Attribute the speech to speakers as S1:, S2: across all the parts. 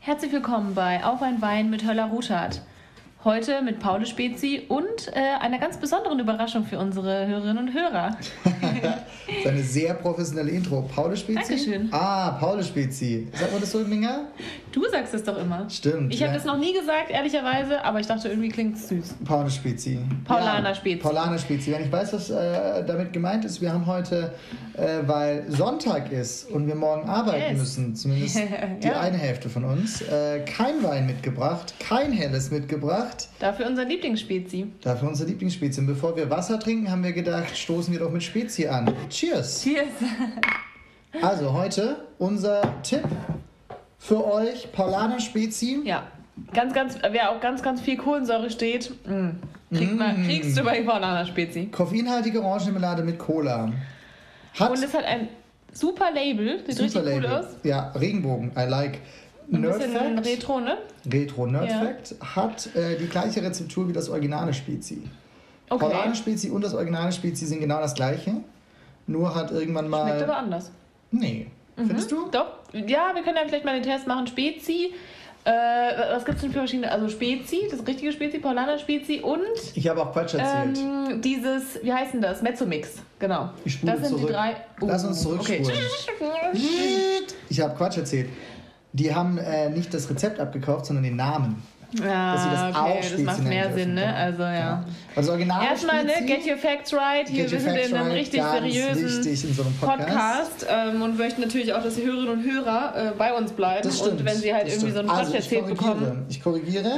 S1: Herzlich willkommen bei Auf ein Wein mit Höller Ruthard. Heute mit Paul Spezi und äh, einer ganz besonderen Überraschung für unsere Hörerinnen und Hörer.
S2: Das ist eine sehr professionelle Intro. Paul Spezi?
S1: Dankeschön.
S2: Ah, Paul Spezi. Sagt man das so in Minger?
S1: Du sagst es doch immer.
S2: Stimmt.
S1: Ich habe
S2: ja.
S1: das noch nie gesagt, ehrlicherweise, aber ich dachte, irgendwie klingt es süß.
S2: Paul Spezi.
S1: Paulaner Spezi.
S2: Paulaner Spezi. Wenn ich weiß, was äh, damit gemeint ist, wir haben heute, äh, weil Sonntag ist und wir morgen arbeiten
S1: Yes.
S2: müssen, zumindest die
S1: Ja.
S2: eine Hälfte von uns, äh, kein Wein mitgebracht, kein Helles mitgebracht.
S1: Dafür unser Lieblingsspezi.
S2: Dafür unsere Lieblingsspezi. Und bevor wir Wasser trinken, haben wir gedacht, stoßen wir doch mit Spezi an. Cheers!
S1: Cheers.
S2: Also heute unser Tipp für euch: Paulaner Spezi.
S1: Ja. Ganz, ganz, wer auf ganz, ganz viel Kohlensäure steht, mh, kriegt man, kriegst du bei die Paulaner Spezi.
S2: Koffeinhaltige Orangenmarmelade mit Cola. Hat
S1: Und es hat ein super Label, sieht richtig
S2: Superlabel.
S1: cool aus.
S2: Ja, Regenbogen, I like.
S1: Ein
S2: Nerd
S1: bisschen
S2: Fact,
S1: Retro, ne?
S2: Retro Nerd
S1: Ja.
S2: Fact hat äh, die gleiche Rezeptur wie das originale Spezi.
S1: Okay.
S2: Paulaner Spezi und das originale Spezi sind genau das gleiche. Nur hat irgendwann mal.
S1: Schmeckt aber Mhm. anders.
S2: Nee. Findest du?
S1: Doch. Ja, wir können ja vielleicht mal den Test machen. Spezi. Äh, was gibt es denn für verschiedene? Also Spezi, das richtige Spezi, Paulaner Spezi und
S2: Ich habe auch Quatsch erzählt.
S1: ähm, dieses, wie heißt denn das? Mezzomix. Genau.
S2: Ich spule
S1: Das sind
S2: zurück.
S1: die drei. Oh,
S2: Lass uns
S1: okay.
S2: zurückspulen. Ich habe Quatsch erzählt. Die haben äh, nicht das Rezept abgekauft, sondern den Namen.
S1: Ja,
S2: Dass sie das auch
S1: Ah, okay, das
S2: Spezi
S1: macht
S2: nennen
S1: mehr
S2: dürfen,
S1: Sinn, ne?
S2: ja.
S1: Also ja.
S2: Also das originale
S1: Erstmal, ne,
S2: Spezi-
S1: get your facts right. Hier,
S2: Get
S1: wir
S2: your
S1: sind
S2: facts
S1: in einem
S2: right,
S1: richtig
S2: ganz
S1: seriösen
S2: wichtig in so einem Podcast.
S1: Podcast ähm, und möchten natürlich auch, dass die Hörerinnen und Hörer äh, bei uns bleiben.
S2: Das stimmt.
S1: und wenn sie halt
S2: das
S1: irgendwie
S2: stimmt.
S1: so einen Quatsch
S2: also, ich
S1: erzählt
S2: korrigiere,
S1: bekommen,
S2: Ich korrigiere.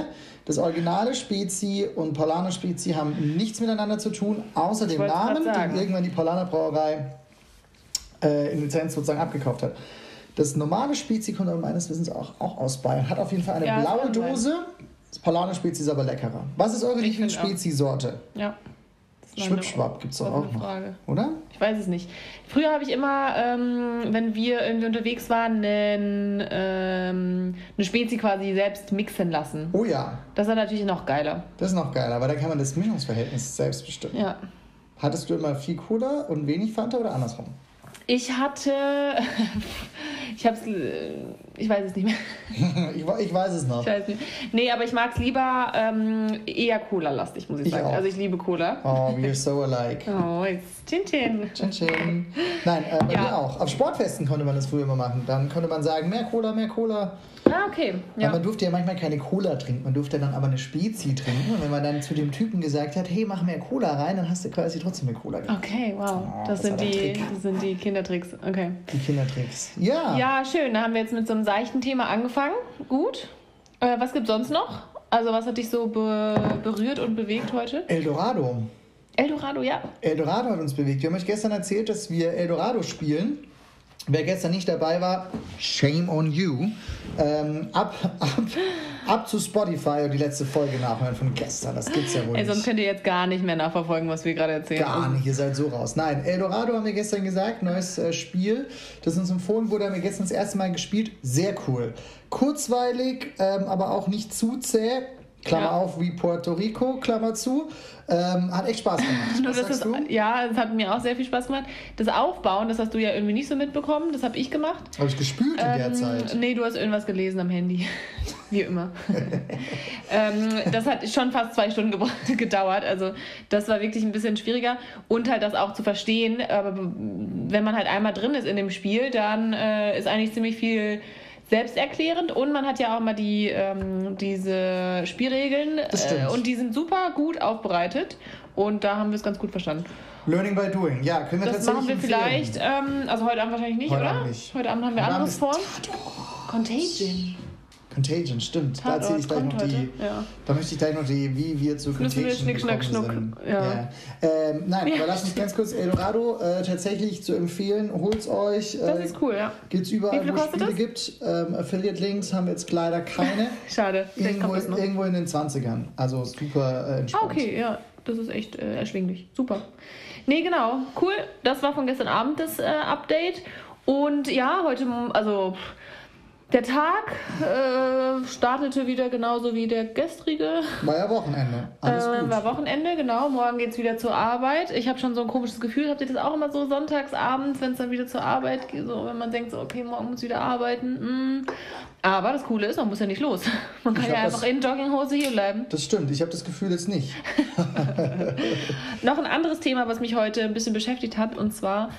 S2: Das originale Spezi und Paulaner Spezi haben nichts miteinander zu tun, außer dem
S1: wollte's grad
S2: Namen,
S1: sagen.
S2: den irgendwann die Paulaner Brauerei äh, in Lizenz sozusagen abgekauft hat. Das normale Spezi kommt aber meines Wissens auch, auch aus Bayern. Hat auf jeden Fall eine
S1: Ja, das
S2: blaue
S1: kann sein.
S2: Dose. Das Paulaner Spezi ist aber leckerer. Was ist eure
S1: Ich find auch.
S2: Lieblingsspezi-Sorte?
S1: Ja. Das war eine
S2: Schwipschwapp gibt es doch
S1: offene
S2: auch noch,
S1: Frage.
S2: oder?
S1: Ich weiß es nicht. Früher habe ich immer, ähm, wenn wir irgendwie unterwegs waren, nen, ähm, eine Spezi quasi selbst mixen lassen.
S2: Oh ja,
S1: Das war natürlich noch geiler.
S2: das ist noch geil, aber da kann man das Mischungsverhältnis selbst bestimmen.
S1: Ja.
S2: Hattest du immer viel Cola und wenig Fanta oder andersrum?
S1: Ich hatte. ich hab's. äh, Ich weiß es nicht mehr.
S2: Ich, we- ich weiß es noch.
S1: Ich weiß nicht. Nee, aber ich mag es lieber ähm, eher Cola-lastig, muss ich,
S2: Ich
S1: sagen.
S2: auch.
S1: Also ich liebe Cola.
S2: Oh, we're so alike.
S1: Oh, jetzt Tintin.
S2: Chin chin. Nein, äh, bei
S1: Ja.
S2: mir auch. Auf Sportfesten konnte man das früher immer machen. Dann konnte man sagen, mehr Cola, mehr Cola.
S1: Ah, okay.
S2: Ja.
S1: Ja.
S2: man durfte ja manchmal keine Cola trinken, man durfte dann aber eine Spezi trinken. Und wenn man dann zu dem Typen gesagt hat, hey, mach mehr Cola rein, dann hast du quasi trotzdem mehr Cola gehabt.
S1: Okay, wow.
S2: Oh,
S1: Das
S2: das
S1: sind
S2: war der
S1: die,
S2: Trick.
S1: das sind die Kindertricks. Okay.
S2: Die Kindertricks. Ja.
S1: Ja, schön. Da haben wir jetzt mit so einem seichten Thema angefangen. Gut. Äh, was gibt sonst noch? Also, was hat dich so be berührt und bewegt heute?
S2: Eldorado.
S1: Eldorado, ja.
S2: Eldorado hat uns bewegt. Wir haben euch gestern erzählt, dass wir Eldorado spielen. Wer gestern nicht dabei war, shame on you. Ähm, ab, ab, ab zu Spotify und die letzte Folge nachhören von gestern. Das gibt's ja wohl
S1: Ey, sonst
S2: nicht.
S1: könnt ihr jetzt gar nicht mehr nachverfolgen, was wir gerade erzählen.
S2: Gar nicht, ihr seid so raus. Nein, Eldorado haben wir gestern gesagt, neues äh, Spiel, das uns empfohlen wurde, haben wir gestern das erste Mal gespielt. Sehr cool. Kurzweilig, ähm, aber auch nicht zu zäh. Klammer
S1: Ja.
S2: auf, wie Puerto Rico, Klammer zu. Ähm, hat echt Spaß gemacht.
S1: Nur,
S2: Was
S1: dass
S2: sagst
S1: das,
S2: du?
S1: ja, es hat mir auch sehr viel Spaß gemacht. Das Aufbauen, das hast du ja irgendwie nicht so mitbekommen, das habe ich gemacht.
S2: Habe ich gespült in
S1: Ähm,
S2: der Zeit.
S1: Nee, du hast irgendwas gelesen am Handy. Wie immer. ähm, das hat schon fast zwei Stunden gebra- gedauert. Also das war wirklich ein bisschen schwieriger. Und halt das auch zu verstehen. Aber b- wenn man halt einmal drin ist in dem Spiel, dann äh, ist eigentlich ziemlich viel selbsterklärend. Und man hat ja auch mal die, ähm, diese Spielregeln. äh,
S2: Das stimmt.
S1: und die sind super gut aufbereitet. Und da haben wir es ganz gut verstanden.
S2: Learning by doing, ja, können wir
S1: Das machen
S2: tatsächlich
S1: wir
S2: empfehlen.
S1: vielleicht, ähm, also heute Abend wahrscheinlich nicht,
S2: Heute
S1: oder?
S2: Abend nicht.
S1: Heute Abend haben wir
S2: Heute
S1: anderes vor.
S2: Abend
S1: Contagion.
S2: Contagion, stimmt. da erzähle ich gleich
S1: kommt
S2: noch die.
S1: heute. Ja.
S2: Da möchte ich gleich noch die, wie wir zu
S1: Müssen
S2: Contagion
S1: wir schnick, schnack,
S2: gekommen
S1: schnuck.
S2: sind.
S1: Ja.
S2: Ähm, nein,
S1: Ja,
S2: aber lass mich ganz kurz Eldorado äh, tatsächlich zu empfehlen. Holt's euch.
S1: Das
S2: Äh,
S1: ist cool, ja.
S2: Gibt es
S1: Wie
S2: überall,
S1: viel
S2: wo es
S1: kostet
S2: Spiele
S1: das?
S2: gibt. Ähm, Affiliate-Links haben wir jetzt leider keine.
S1: Schade. Vielleicht
S2: irgendwo,
S1: kommt das noch.
S2: irgendwo in den 20ern. Also super äh,
S1: Ah,
S2: entspannt.
S1: okay, ja. Das ist echt äh, erschwinglich. Super. Nee, genau. Cool. Das war von gestern Abend das äh, Update. Und ja, heute, m- also pff, Der Tag äh, startete wieder genauso wie der gestrige.
S2: War ja Wochenende. Alles
S1: Äh,
S2: gut.
S1: war Wochenende, genau. Morgen geht's wieder zur Arbeit. Ich habe schon so ein komisches Gefühl. Habt ihr das auch immer so sonntags abends, wenn es dann wieder zur Arbeit geht? So, wenn man denkt, so, okay, morgen muss ich wieder arbeiten. Mm. Aber das Coole ist, man muss ja nicht los. Man kann
S2: Ich
S1: ja
S2: hab das-
S1: einfach in Jogginghose hier bleiben.
S2: Das stimmt, ich habe das Gefühl jetzt nicht.
S1: Noch ein anderes Thema, was mich heute ein bisschen beschäftigt hat, und zwar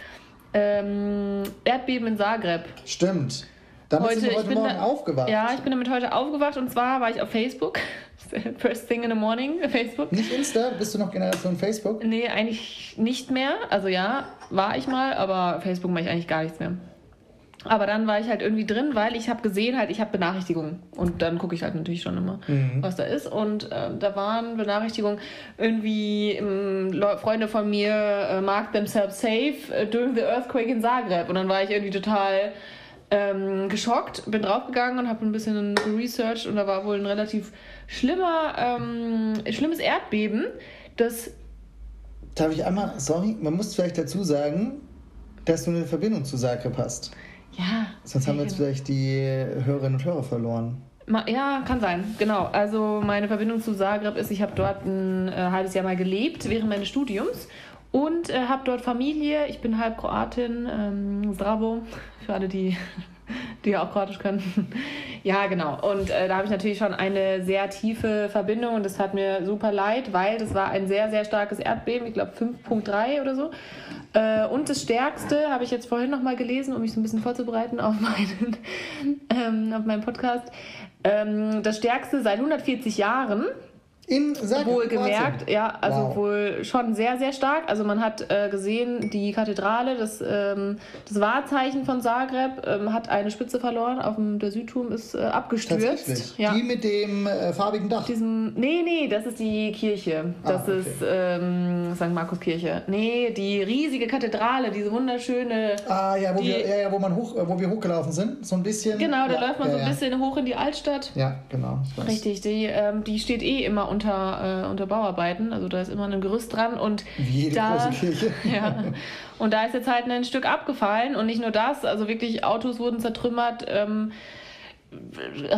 S1: ähm, Erdbeben in Zagreb.
S2: Stimmt. Damit sind wir
S1: ich
S2: heute
S1: bin
S2: Morgen
S1: da-
S2: aufgewacht.
S1: Ja, ich bin damit heute aufgewacht und zwar war ich auf Facebook. First thing in the morning, Facebook.
S2: Nicht Insta, bist du noch Generation Facebook?
S1: Nee, eigentlich nicht mehr. Also ja, war ich mal, aber Facebook mache ich eigentlich gar nichts mehr. Aber dann war ich halt irgendwie drin, weil ich habe gesehen, halt, ich habe Benachrichtigungen. Und dann gucke ich halt natürlich schon immer, was da ist. Und ähm, da waren Benachrichtigungen irgendwie ähm, Leu- Freunde von mir äh, mark themselves safe äh, during the earthquake in Zagreb. Und dann war ich irgendwie total ähm, geschockt, bin draufgegangen und habe ein bisschen geresearched und da war wohl ein relativ schlimmer, ähm, schlimmes Erdbeben, das
S2: Darf ich einmal, sorry, man muss vielleicht dazu sagen, dass du eine Verbindung zu Zagreb hast.
S1: Ja.
S2: Sonst haben wir jetzt
S1: sicher.
S2: vielleicht die Hörerinnen und Hörer verloren.
S1: Ma- Ja, kann sein, genau. Also meine Verbindung zu Zagreb ist, ich habe dort ein äh, halbes Jahr mal gelebt während meines Studiums und äh, habe dort Familie. Ich bin halb Kroatin, ähm, Zdravo, für alle, die, die auch Kroatisch können. Ja, genau. Und äh, da habe ich natürlich schon eine sehr tiefe Verbindung und das hat mir super leid, weil das war ein sehr, sehr starkes Erdbeben, ich glaube 5.3 oder so. Äh, und das Stärkste habe ich jetzt vorhin nochmal gelesen, um mich so ein bisschen vorzubereiten auf meinen, ähm, auf meinen Podcast. Ähm, das Stärkste seit 140 Jahren,
S2: In Zagreb.
S1: wohlgemerkt, ja, also
S2: Wow.
S1: wohl schon sehr, sehr stark. Also man hat äh, gesehen, die Kathedrale, das, ähm, das Wahrzeichen von Zagreb, ähm, hat eine Spitze verloren, auf dem, der Südturm ist äh,
S2: Tatsächlich.
S1: abgestürzt.
S2: Die mit dem äh, farbigen Dach.
S1: Diesem, nee, nee, das ist die Kirche.
S2: Ah,
S1: Das
S2: okay.
S1: ist ähm, St. Markus Kirche. Nee, die riesige Kathedrale, diese wunderschöne.
S2: ah, ja, wo,
S1: die-
S2: wir, ja, ja wo, man hoch, äh, wo wir hochgelaufen sind. So ein bisschen.
S1: Genau, da
S2: ja,
S1: läuft man
S2: ja,
S1: so ein
S2: ja.
S1: bisschen hoch in die Altstadt.
S2: Ja, genau. ich weiß.
S1: Richtig, die, ähm, die steht eh immer unter, äh, unter Bauarbeiten. Also da ist immer ein Gerüst dran und
S2: Wie jede
S1: da.
S2: große Kirche.
S1: Ja. Und da ist jetzt halt ein Stück abgefallen und nicht nur das, also wirklich Autos wurden zertrümmert, ähm,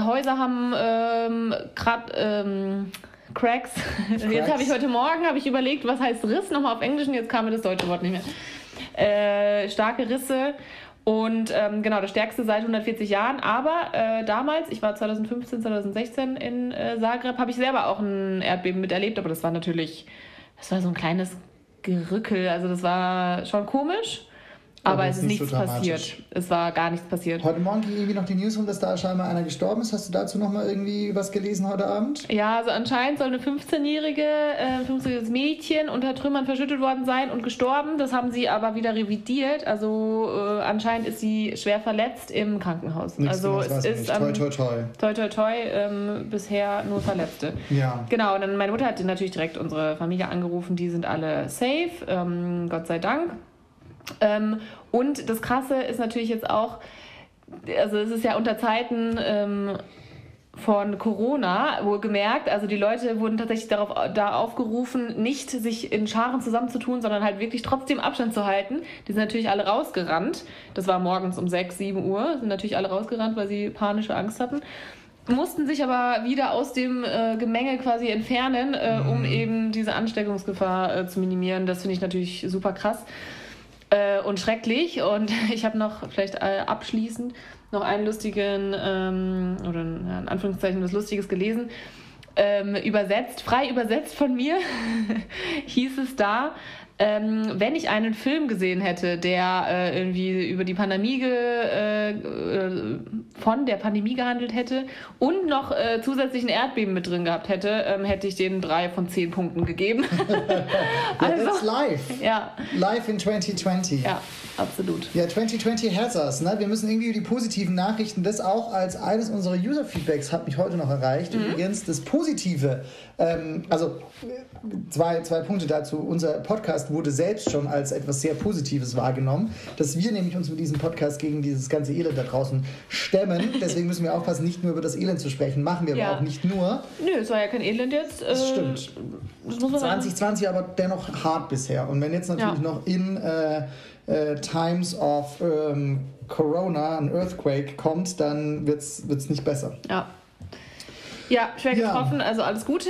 S1: Häuser haben ähm, grad, ähm, Cracks. Jetzt habe ich heute Morgen habe ich überlegt, was heißt Riss nochmal auf Englisch und jetzt kam mir das deutsche Wort nicht mehr. Äh, starke Risse und ähm, genau das stärkste seit 140 Jahren. Aber äh, damals, ich war 2015, 2016 in äh, Zagreb, habe ich selber auch ein Erdbeben miterlebt, aber das war natürlich, das war so ein kleines Gerückel. Also das war schon komisch, aber, es ist nichts
S2: so dramatisch.
S1: passiert. Es war gar nichts passiert.
S2: Heute Morgen ging irgendwie noch die News rum, dass da scheinbar einer gestorben ist. Hast du dazu nochmal irgendwie was gelesen heute Abend?
S1: Ja, also anscheinend soll eine 15-jährige, äh, 15-jähriges Mädchen unter Trümmern verschüttet worden sein und gestorben. Das haben sie aber wieder revidiert. Also äh, anscheinend ist sie schwer verletzt im Krankenhaus.
S2: Nichts
S1: also
S2: Genaues weiß
S1: es
S2: ich
S1: ist
S2: nicht. Toi,
S1: ähm,
S2: toi, toi.
S1: toi toi toi ähm, bisher nur Verletzte.
S2: Ja.
S1: Genau, und dann meine Mutter hat natürlich direkt unsere Familie angerufen, die sind alle safe, ähm, Gott sei Dank. Ähm, und das Krasse ist natürlich jetzt auch, also es ist ja unter Zeiten ähm, von Corona wohlgemerkt, also die Leute wurden tatsächlich darauf da aufgerufen, nicht sich in Scharen zusammenzutun, sondern halt wirklich trotzdem Abstand zu halten. Die sind natürlich alle rausgerannt. Das war morgens um 6, 7 Uhr, sind natürlich alle rausgerannt, weil sie panische Angst hatten mussten sich aber wieder aus dem äh, Gemenge quasi entfernen, äh, um eben diese Ansteckungsgefahr äh, zu minimieren. Das finde ich natürlich super krass äh, und schrecklich. Und ich habe noch vielleicht äh, abschließend noch einen lustigen, ähm, oder in, ja, in Anführungszeichen was Lustiges gelesen. Ähm, übersetzt, frei übersetzt von mir, hieß es da, ähm, wenn ich einen Film gesehen hätte, der äh, irgendwie über die Pandemie ge, äh, äh, von der Pandemie gehandelt hätte und noch äh, zusätzlichen Erdbeben mit drin gehabt hätte, ähm, hätte ich den drei von zehn Punkten gegeben.
S2: Ja, It's
S1: also,
S2: live.
S1: ja,
S2: Live in 2020.
S1: ja, absolut.
S2: Ja, 2020 has us. Ne? Wir müssen irgendwie die positiven Nachrichten, das auch als eines unserer User-Feedbacks hat mich heute noch erreicht.
S1: Mhm.
S2: Übrigens, das Positive, ähm, also äh, zwei, zwei Punkte dazu. Unser Podcast wurde selbst schon als etwas sehr Positives wahrgenommen, dass wir nämlich uns mit diesem Podcast gegen dieses ganze Elend da draußen stemmen. Deswegen müssen wir aufpassen, nicht nur über das Elend zu sprechen. Machen wir
S1: Ja.
S2: aber auch nicht nur.
S1: Nö, es war ja kein Elend jetzt. Äh,
S2: Das stimmt.
S1: Das muss man
S2: 2020 aber dennoch hart bisher. bisher. Und wenn jetzt natürlich
S1: Ja.
S2: noch in äh, äh, Times of ähm, Corona ein Earthquake kommt, dann wird es nicht besser.
S1: Ja. Ja, schwer
S2: Ja.
S1: getroffen, also alles Gute.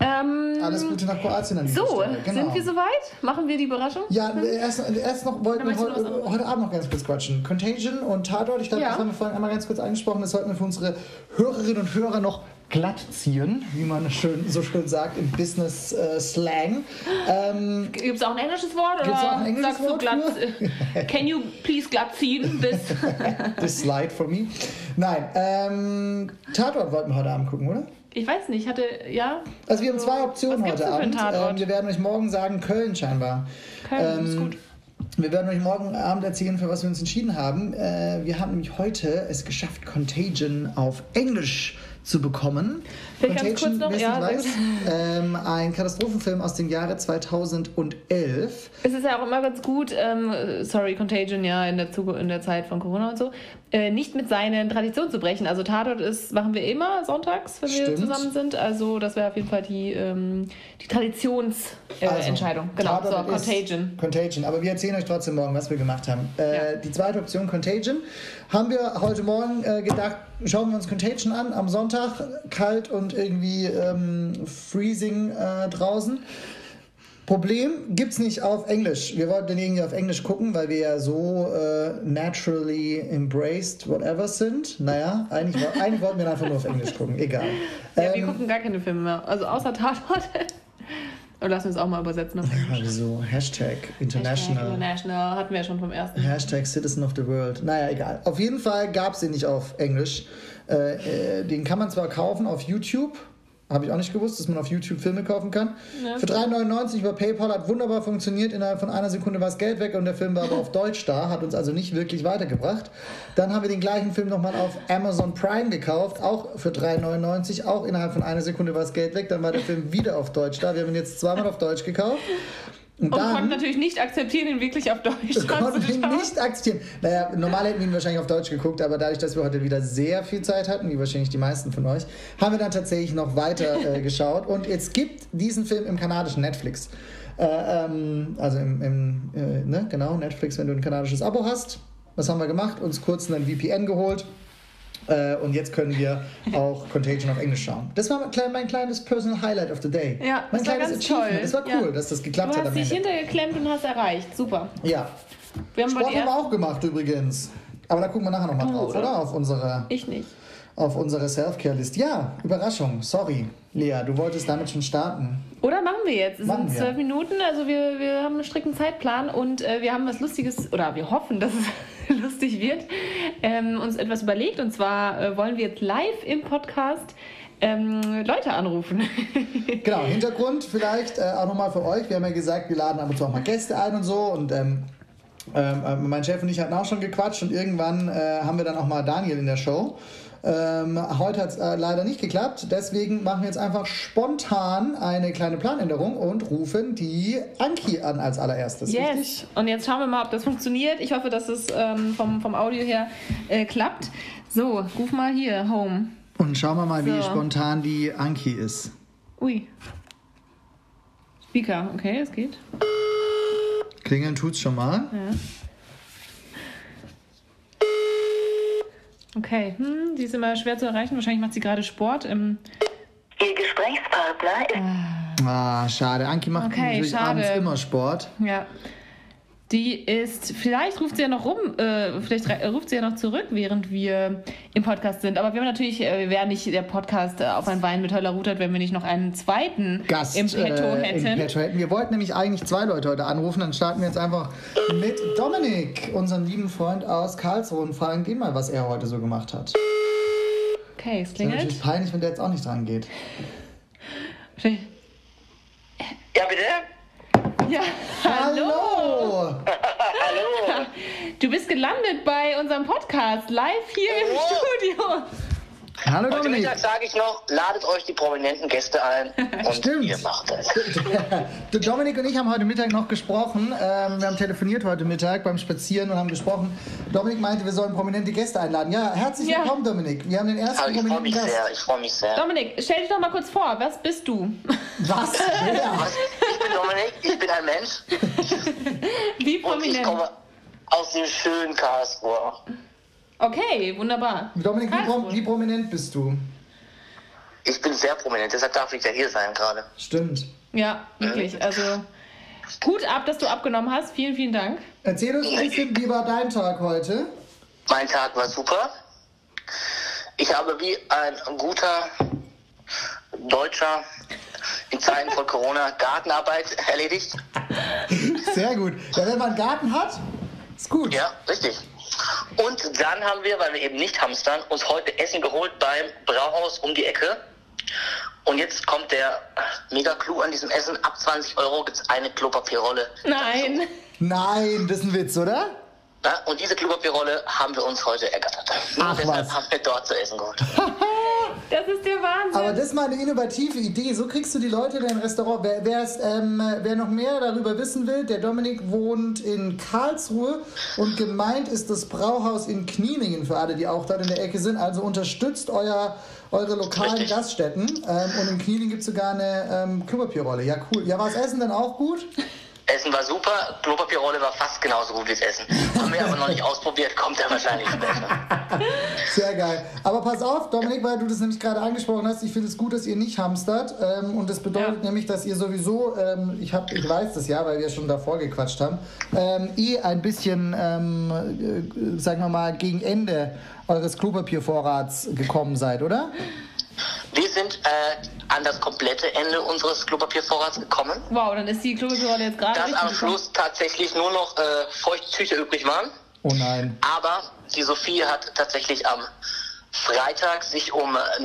S1: Ähm,
S2: Alles Gute Genau. nach Kroatien an dieser
S1: So,
S2: Stelle,
S1: sind wir soweit? Machen wir die Überraschung?
S2: Ja, erst, erst noch wollten wir
S1: Dann möchtest du noch was
S2: heute, heute Abend noch ganz kurz quatschen. Contagion und Tatort, ich glaube,
S1: Ja.
S2: das haben wir vorhin einmal ganz kurz angesprochen, das sollten wir für unsere Hörerinnen und Hörer noch glatt ziehen, wie man schön, so schön sagt im Business-Slang. ähm,
S1: Gibt es auch ein englisches Wort? Oder
S2: Gibt's auch ein englisches
S1: sagst du
S2: Wort
S1: glatt? Can you please glatt ziehen bis.
S2: this slide for me. Nein, ähm, Tatort wollten wir heute Abend gucken, oder?
S1: Ich weiß nicht, ich hatte. Ja?
S2: Also wir haben zwei Optionen
S1: was gibt's
S2: heute
S1: denn für einen
S2: Abend.
S1: Tatort?
S2: Ähm, wir werden euch morgen sagen, Köln scheinbar.
S1: Köln, ist
S2: Ähm,
S1: gut.
S2: Wir werden euch morgen Abend erzählen, für was wir uns entschieden haben. Äh, wir haben nämlich heute es geschafft, Contagion auf Englisch zu bekommen.
S1: Vielleicht ganz kurz noch,
S2: wer es
S1: ja,
S2: nicht weiß,
S1: sehr
S2: ähm, ein Katastrophenfilm aus dem Jahre 2011.
S1: Es ist ja auch immer ganz gut, ähm, sorry, Contagion, ja, in der, Zuge in der Zeit von Corona und so, äh, nicht mit seinen Traditionen zu brechen. Also Tatort ist, machen wir immer sonntags, wenn wir
S2: Stimmt.
S1: zusammen sind. Also das wäre auf jeden Fall die, ähm, die Traditionsentscheidung. Äh,
S2: Also,
S1: Entscheidung. genau, so,
S2: Tatort ist ähm,
S1: Contagion.
S2: Contagion. Aber wir erzählen euch trotzdem morgen, was wir gemacht haben. Äh,
S1: Ja.
S2: Die zweite Option, Contagion, haben wir heute Morgen äh, gedacht, schauen wir uns Contagion an, am Sonntag, kalt und irgendwie ähm, freezing äh, draußen. Problem gibt's nicht auf Englisch. Wir wollten den irgendwie auf Englisch gucken, weil wir ja so äh, naturally embraced whatever sind. Naja, eigentlich, wo- eigentlich wollten wir ihn einfach nur auf Englisch gucken. Egal.
S1: Ja, wir
S2: Ähm,
S1: gucken gar keine Filme mehr. Also außer Tatort. Und lassen wir es auch mal übersetzen. auf Englisch.
S2: also Hashtag
S1: Hashtag
S2: international.
S1: International hatten wir ja schon vom ersten.
S2: Hashtag Citizen of the World. Naja, egal. Auf jeden Fall gab es den nicht auf Englisch. Äh, äh, den kann man zwar kaufen auf YouTube. Habe ich auch nicht gewusst, dass man auf YouTube Filme kaufen kann. Für 3,99 über PayPal hat wunderbar funktioniert. Innerhalb von einer Sekunde war das Geld weg und der Film war aber auf Deutsch da, hat uns also nicht wirklich weitergebracht. Dann haben wir den gleichen Film nochmal auf Amazon Prime gekauft, auch für 3,99. Auch innerhalb von einer Sekunde war das Geld weg. Dann war der Film wieder auf Deutsch da. Wir haben ihn jetzt zweimal auf Deutsch gekauft.
S1: Und konnten natürlich nicht akzeptieren, ihn wirklich auf Deutsch
S2: Das konnten wir
S1: anzuschauen.
S2: nicht akzeptieren. Naja, normal hätten wir ihn wahrscheinlich auf Deutsch geguckt, aber dadurch, dass wir heute wieder sehr viel Zeit hatten, wie wahrscheinlich die meisten von euch, haben wir dann tatsächlich noch weiter äh, geschaut. Und es gibt diesen Film im kanadischen Netflix. Äh, ähm, also im, im äh, ne, genau, Netflix, wenn du ein kanadisches Abo hast. Was haben wir gemacht? Uns kurz einen VPN geholt. Äh, und jetzt können wir auch Contagion auf Englisch schauen. Das war mein, klein- mein kleines Personal Highlight of the Day.
S1: Ja,
S2: mein
S1: das war
S2: kleines
S1: ganz
S2: Achievement.
S1: toll.
S2: Das war
S1: Ja.
S2: cool, dass das geklappt
S1: Du
S2: hat
S1: hast
S2: am
S1: dich
S2: Ende.
S1: hintergeklemmt und hast erreicht. Super.
S2: Ja,
S1: Wir haben bei
S2: Sport
S1: dir.
S2: haben wir auch gemacht übrigens. Aber da gucken wir nachher nochmal
S1: Du,
S2: drauf,
S1: Oh, oder?
S2: oder? Auf unsere,
S1: Ich nicht.
S2: auf unsere Self-Care-List. Ja, Überraschung. Sorry, Lea, du wolltest damit schon starten.
S1: Oder machen wir jetzt? Es
S2: Machen
S1: sind
S2: wir.
S1: zwölf Minuten, also wir, wir haben einen strikten Zeitplan und äh, wir haben was Lustiges, oder wir hoffen, dass es lustig wird, ähm, uns etwas überlegt. Und zwar äh, wollen wir jetzt live im Podcast ähm, Leute anrufen.
S2: Genau, Hintergrund vielleicht äh, auch nochmal für euch. Wir haben ja gesagt, wir laden ab und zu auch mal Gäste ein und so. Und ähm, ähm, äh, mein Chef und ich hatten auch schon gequatscht und irgendwann äh, haben wir dann auch mal Daniel in der Show. Ähm, heute hat es äh, leider nicht geklappt, deswegen machen wir jetzt einfach spontan eine kleine Planänderung und rufen die Anki an als allererstes. Richtig?
S1: yes. Und jetzt schauen wir mal, ob das funktioniert. Ich hoffe, dass es ähm, vom, vom Audio her äh, klappt. So, ruf mal hier, Home.
S2: Und schauen wir mal, wie
S1: So.
S2: spontan die Anki ist.
S1: Ui. Speaker, okay, es geht.
S2: Klingeln tut's schon mal.
S1: Ja. Okay, hm, die ist immer schwer zu erreichen. Wahrscheinlich macht sie gerade Sport. Im
S3: Ihr Gesprächspartner ist
S2: Ah, schade. Anki macht
S1: Okay,
S2: natürlich
S1: schade.
S2: abends immer Sport.
S1: ja. Die ist, vielleicht ruft sie ja noch rum, äh, vielleicht re- ruft sie ja noch zurück, während wir im Podcast sind. Aber wir haben natürlich, äh, wir wären nicht der Podcast äh, auf ein Wein mit Höller Rutert, wenn wir nicht noch einen zweiten
S2: Gast
S1: im Petto
S2: äh,
S1: hätten.
S2: im Petto hätten. Wir wollten nämlich eigentlich zwei Leute heute anrufen. Dann starten wir jetzt einfach mit Dominik, unserem lieben Freund aus Karlsruhe, und fragen den mal, was er heute so gemacht hat.
S1: okay, es
S2: Wäre
S1: klingelt.
S2: natürlich peinlich, wenn der jetzt auch nicht dran geht.
S1: Wahrscheinlich-
S3: Ja, bitte?
S1: Ja, hallo.
S2: Hallo!
S3: Hallo.
S1: Du bist gelandet bei unserem Podcast live hier im
S3: Hallo.
S1: Studio.
S2: Hallo
S3: Heute
S2: Dominik.
S3: Mittag sage Also, ich noch, ladet euch die prominenten Gäste ein und
S2: Stimmt.
S3: ihr macht es.
S2: Du, Dominik und ich haben heute Mittag noch gesprochen. Ähm, wir haben telefoniert heute Mittag beim Spazieren und haben gesprochen. Dominik meinte, wir sollen prominente Gäste einladen. Ja, herzlich
S1: Ja.
S2: willkommen, Dominik. Wir haben den ersten
S3: Aber Also, ich freue
S2: prominenten
S3: mich
S2: Gast.
S3: sehr, ich freue mich sehr.
S1: Dominik, stell dich doch mal kurz vor, was bist du?
S2: Was? Wer?
S3: Was? Ich bin Dominik, ich bin ein Mensch
S1: Wie
S3: und ich
S1: prominent.
S3: komme aus dem schönen Karlsruhe.
S1: Okay, wunderbar.
S2: Dominik, wie,
S1: Karlsruhe.
S2: prom wie prominent bist du?
S3: Ich bin sehr prominent, deshalb darf ich ja hier sein gerade.
S2: Stimmt.
S1: Ja, wirklich.
S3: Äh,
S1: Also gut ab, dass du abgenommen hast. Vielen, vielen Dank.
S2: Erzähl uns ein bisschen, wie war dein Tag heute?
S3: Mein Tag war super. Ich habe wie ein guter Deutscher in Zeiten von Corona Gartenarbeit erledigt.
S2: Sehr gut. Ja, wenn man einen Garten hat, ist gut.
S3: Ja, richtig. Und dann haben wir, weil wir eben nicht hamstern, uns heute Essen geholt beim Brauhaus um die Ecke. Und jetzt kommt der Mega-Clou an diesem Essen. Ab 20 Euro gibt es eine Klopapierrolle.
S1: Nein.
S2: Nein, das ist ein Witz, oder?
S3: Ja, und diese Klopapierrolle haben wir uns heute ergattert. Nur
S2: Ach,
S3: deshalb
S2: was.
S3: haben wir dort zu essen geholt.
S1: Das ist der Wahnsinn.
S2: Aber das ist mal eine innovative Idee. So kriegst du die Leute in dein Restaurant. Wer, wer, ist, ähm, wer noch mehr darüber wissen will, der Dominik wohnt in Karlsruhe und gemeint ist das Brauhaus in Knieningen für alle, die auch dort in der Ecke sind. Also unterstützt euer, eure lokalen
S3: Richtig.
S2: Gaststätten. Ähm, und in Knieningen gibt es sogar eine ähm, Klopapierrolle. Ja, cool. Ja, war das Essen dann auch gut?
S3: Essen war super, Klopapierrolle war fast genauso gut wie das Essen. Haben wir aber noch nicht ausprobiert, kommt ja wahrscheinlich später.
S2: Sehr geil. Aber pass auf, Dominik, weil du das nämlich gerade angesprochen hast, ich finde es gut, dass ihr nicht hamstert. Ähm, und das bedeutet
S1: Ja.
S2: nämlich, dass ihr sowieso, ähm, ich, hab, ich weiß das ja, weil wir schon davor gequatscht haben, ähm, eh ein bisschen, ähm, äh, sagen wir mal, gegen Ende eures Klopapiervorrats gekommen seid, oder?
S3: Wir sind äh, an das komplette Ende unseres Klopapiervorrats gekommen.
S1: Wow, dann ist die Klobürgerrolle jetzt gerade
S3: dass
S1: richtig
S3: am
S1: gekommen.
S3: Schluss tatsächlich nur noch äh, feuchte Tücher übrig waren.
S2: Oh nein.
S3: Aber die Sophie hat tatsächlich am Freitag sich um äh, 9.45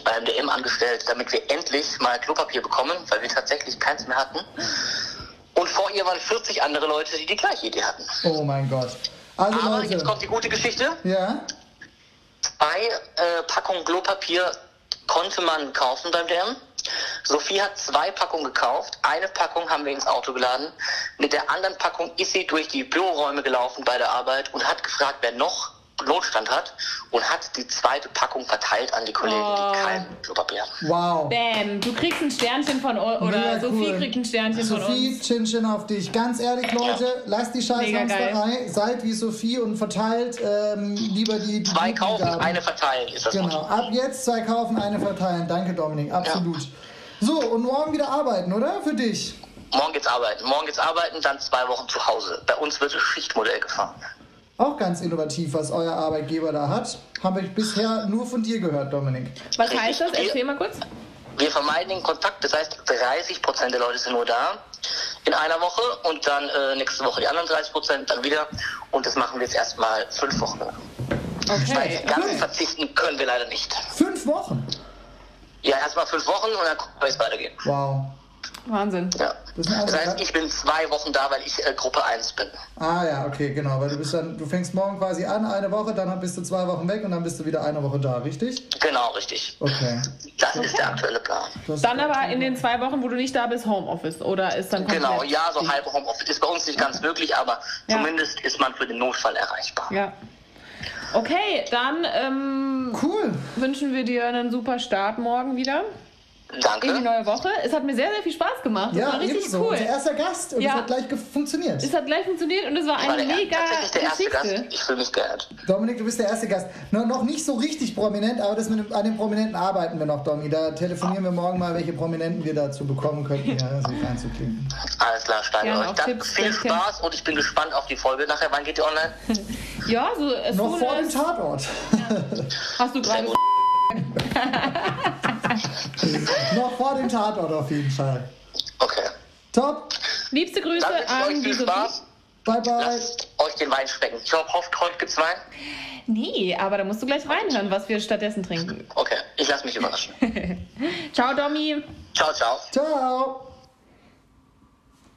S3: Uhr beim DM angestellt, damit wir endlich mal Klopapier bekommen, weil wir tatsächlich keins mehr hatten. Und vor ihr waren 40 andere Leute, die die gleiche Idee hatten.
S2: Oh mein Gott. Also
S3: Aber
S2: Leute.
S3: jetzt kommt die gute Geschichte.
S2: ja?
S3: Zwei äh, Packungen Klopapier konnte man kaufen beim DM. Sophie hat zwei Packungen gekauft. Eine Packung haben wir ins Auto geladen. Mit der anderen Packung ist sie durch die Büroräume gelaufen bei der Arbeit und hat gefragt, wer noch Notstand hat und hat die zweite Packung verteilt an die Kollegen,
S1: Oh.
S3: die kein Klopapier haben.
S2: Wow.
S1: Bam, du kriegst ein Sternchen von uns. Oder
S2: Mega
S1: Sophie
S2: cool.
S1: kriegt ein Sternchen von
S2: Sophie,
S1: uns.
S2: Chin Chin auf dich. Ganz ehrlich, Leute, lasst die scheiß
S1: Mega
S2: Hamsterei. Seid wie Sophie und verteilt ähm, lieber die, die
S3: Zwei
S2: guten
S3: kaufen,
S2: Gaben.
S3: eine verteilen ist das
S2: Genau.
S3: Motto.
S2: Ab jetzt zwei kaufen, eine verteilen. Danke, Dominik. Absolut. So, und morgen wieder arbeiten, oder? Für dich.
S3: Morgen geht's arbeiten. Morgen geht's arbeiten, dann zwei Wochen zu Hause. Bei uns wird das Schichtmodell gefahren.
S2: Auch ganz innovativ, was euer Arbeitgeber da hat. Habe ich bisher nur von dir gehört, Dominik.
S1: Was heißt das?
S3: Richtig.
S1: Erzähl mal kurz.
S3: Wir vermeiden den Kontakt, das heißt 30% der Leute sind nur da in einer Woche und dann äh, nächste Woche die anderen 30%, dann wieder und das machen wir jetzt erstmal fünf Wochen lang. Weil
S1: Okay.
S3: ganz
S2: okay.
S3: verzichten können wir leider nicht.
S2: Fünf Wochen.
S3: Ja, erstmal fünf Wochen und dann gucken wir, wie es weitergeht.
S2: Wow.
S1: Wahnsinn.
S3: Ja.
S2: Das sind
S3: Das
S2: also-
S3: heißt, ich bin zwei Wochen da, weil ich äh, Gruppe 1 bin.
S2: Ah ja, okay, genau. Weil du bist dann, du fängst morgen quasi an, eine Woche, dann bist du zwei Wochen weg und dann bist du wieder eine Woche da, richtig?
S3: Genau, richtig.
S2: Okay.
S3: Das ist der aktuelle Plan.
S2: Das-
S1: Dann aber in den zwei Wochen, wo du nicht da bist, Homeoffice. Oder ist dann komplett
S3: Genau, ja, so halbe Homeoffice ist bei uns nicht ganz möglich, aber
S1: Ja.
S3: zumindest ist man für den Notfall erreichbar.
S1: Ja. Okay, dann ähm,
S2: Cool.
S1: wünschen wir dir einen super Start morgen wieder
S3: Danke.
S1: in die neue Woche. Es hat mir sehr, sehr viel Spaß gemacht. Das
S2: Ja,
S1: war richtig
S2: ebenso.
S1: cool.
S2: Unser erster Gast und
S1: Ja.
S2: es hat gleich ge- funktioniert.
S1: Es hat gleich funktioniert und es war
S3: Ich war
S1: eine
S3: der,
S1: mega
S3: tatsächlich der erste
S1: Geschichte.
S3: Gast. Ich fühle mich geehrt.
S2: Dominik, du bist der erste Gast. No, noch nicht so richtig prominent, aber das mit dem, an den Prominenten arbeiten wir noch, Domi. Da telefonieren wir morgen mal, welche Prominenten wir dazu bekommen könnten, ja, sich einzuklinken.
S3: Alles klar, Steiner.
S1: Gerne,
S3: euch.
S1: auf
S3: Dann
S1: Tipps,
S3: viel
S1: danke.
S3: Spaß und ich bin gespannt auf die Folge nachher. Wann geht die online?
S1: Ja, so as
S2: Noch
S1: soon
S2: vor dem
S1: as,
S2: Tatort.
S1: hast du gerade
S3: gut.
S2: noch vor dem Tatort auf jeden Fall.
S3: Okay.
S2: Top.
S1: Liebste Grüße
S3: Dann wünsche ich euch
S1: an die
S3: viel
S1: Sophie.
S3: Spaß.
S2: Bye, bye.
S3: Lasst euch den Wein schmecken. Ich hoffe, hofft, heute gibt's Wein.
S1: Nee, aber da musst du gleich reinhören, was wir stattdessen trinken.
S3: Okay, ich lasse mich überraschen.
S1: Ciao, Domi.
S3: ciao, ciao.
S2: Ciao.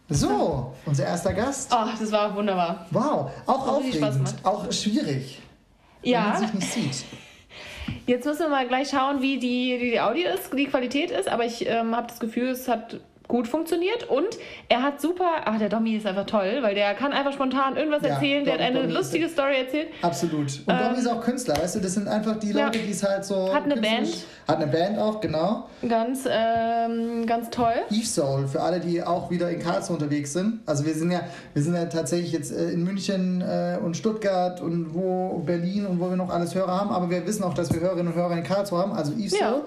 S2: So, unser erster Gast.
S1: Oh, das war wunderbar.
S2: Wow, auch
S1: Hat richtig Spaß
S2: aufregend, auch schwierig, wenn
S1: Ja,
S2: man sich nicht sieht.
S1: Jetzt müssen wir mal gleich schauen, wie die, die, die Audio ist, die Qualität ist. Aber ich ähm, habe das Gefühl, es hat gut funktioniert und er hat super, ach der Domi ist einfach toll, weil der kann einfach spontan irgendwas
S2: Ja,
S1: erzählen, der hat
S2: Dom-
S1: eine
S2: Domi ist-
S1: lustige Story erzählt.
S2: Absolut. Und Domi ist auch Künstler, weißt du? Das sind einfach die Leute,
S1: Ähm. Ja.
S2: die es halt so.
S1: Hat eine
S2: künstlerisch-
S1: Band.
S2: Hat eine Band auch, genau.
S1: Ganz, ähm, ganz toll.
S2: Eve Soul, für alle, die auch wieder in Karlsruhe unterwegs sind. Also wir sind ja, wir sind ja tatsächlich jetzt äh, in München äh, und Stuttgart und wo und Berlin und wo wir noch alles Hörer haben, aber wir wissen auch, dass wir Hörerinnen und Hörer in Karlsruhe haben, also Eve Soul.
S1: Ja.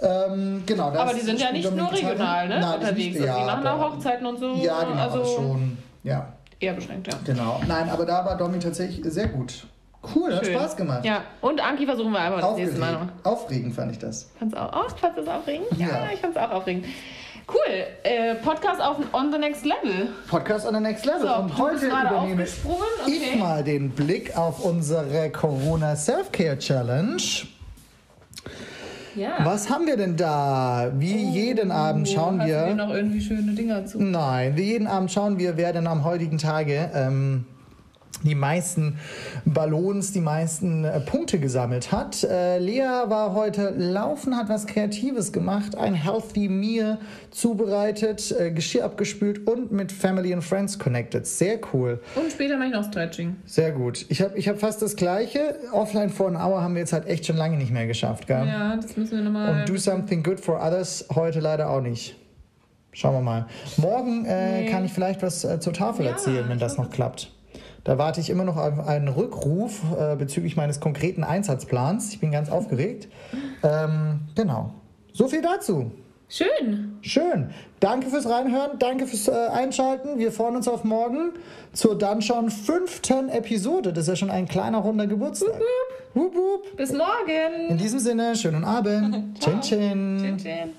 S2: Ähm, genau, das
S1: Aber die sind ja
S2: spielt
S1: nicht
S2: Dominik
S1: nur
S2: Gitarre.
S1: regional ne,
S2: Nein,
S1: unterwegs.
S2: Nicht, ja,
S1: also die machen auch
S2: doch.
S1: Hochzeiten und so.
S2: Ja, genau,
S1: also
S2: aber schon. Ja,
S1: eher beschränkt, ja.
S2: genau. Nein, aber da war Domi tatsächlich sehr gut. Cool, hat
S1: Schön.
S2: Spaß gemacht.
S1: Ja, und Anki versuchen wir einmal das nächste
S2: Aufregend.
S1: Mal noch.
S2: Aufregend fand ich das.
S1: Fand's auch, oh, fandst du es aufregend? Ja,
S2: Ja.
S1: ich fand's auch aufregend. Cool, äh, Podcast auf On the Next Level.
S2: Podcast on the next level.
S1: So,
S2: und
S1: du bist
S2: heute
S1: gerade
S2: übernehme
S1: aufgesprungen.
S2: ich
S1: Okay.
S2: mal den Blick auf unsere Corona Self-Care Challenge.
S1: Ja.
S2: Was haben wir denn da? Wie jeden Abend schauen
S1: Oh. Hast du dir
S2: wir.
S1: noch irgendwie schöne Dinger zu?
S2: Nein, wie jeden Abend schauen wir, wer denn am heutigen Tage ähm, die meisten Ballons, die meisten äh, Punkte gesammelt hat. Äh, Lea war heute laufen, hat was Kreatives gemacht, ein Healthy Meal zubereitet, äh, Geschirr abgespült und mit Family and Friends connected. Sehr cool.
S1: Und später mache ich noch Stretching.
S2: Sehr gut. Ich habe ich hab fast das Gleiche. Offline for an hour haben wir jetzt halt echt schon lange nicht mehr geschafft, gell?
S1: Ja, das müssen wir nochmal.
S2: Und do something good for others heute leider auch nicht. Schauen wir mal. Morgen äh,
S1: Nee.
S2: kann ich vielleicht was äh, zur Tafel
S1: Ja,
S2: erzählen, wenn
S1: ich
S2: das noch klappt. Da warte ich immer noch auf einen Rückruf äh, bezüglich meines konkreten Einsatzplans. Ich bin ganz aufgeregt. Ähm, genau. So viel dazu.
S1: Schön.
S2: Schön. Danke fürs Reinhören, danke fürs äh, Einschalten. Wir freuen uns auf morgen zur dann schon fünften Episode. Das ist ja schon ein kleiner runder Geburtstag. Wup, wup.
S1: Bis
S2: In
S1: morgen.
S2: diesem Sinne, schönen Abend. Chin, chin.
S1: Tschüss.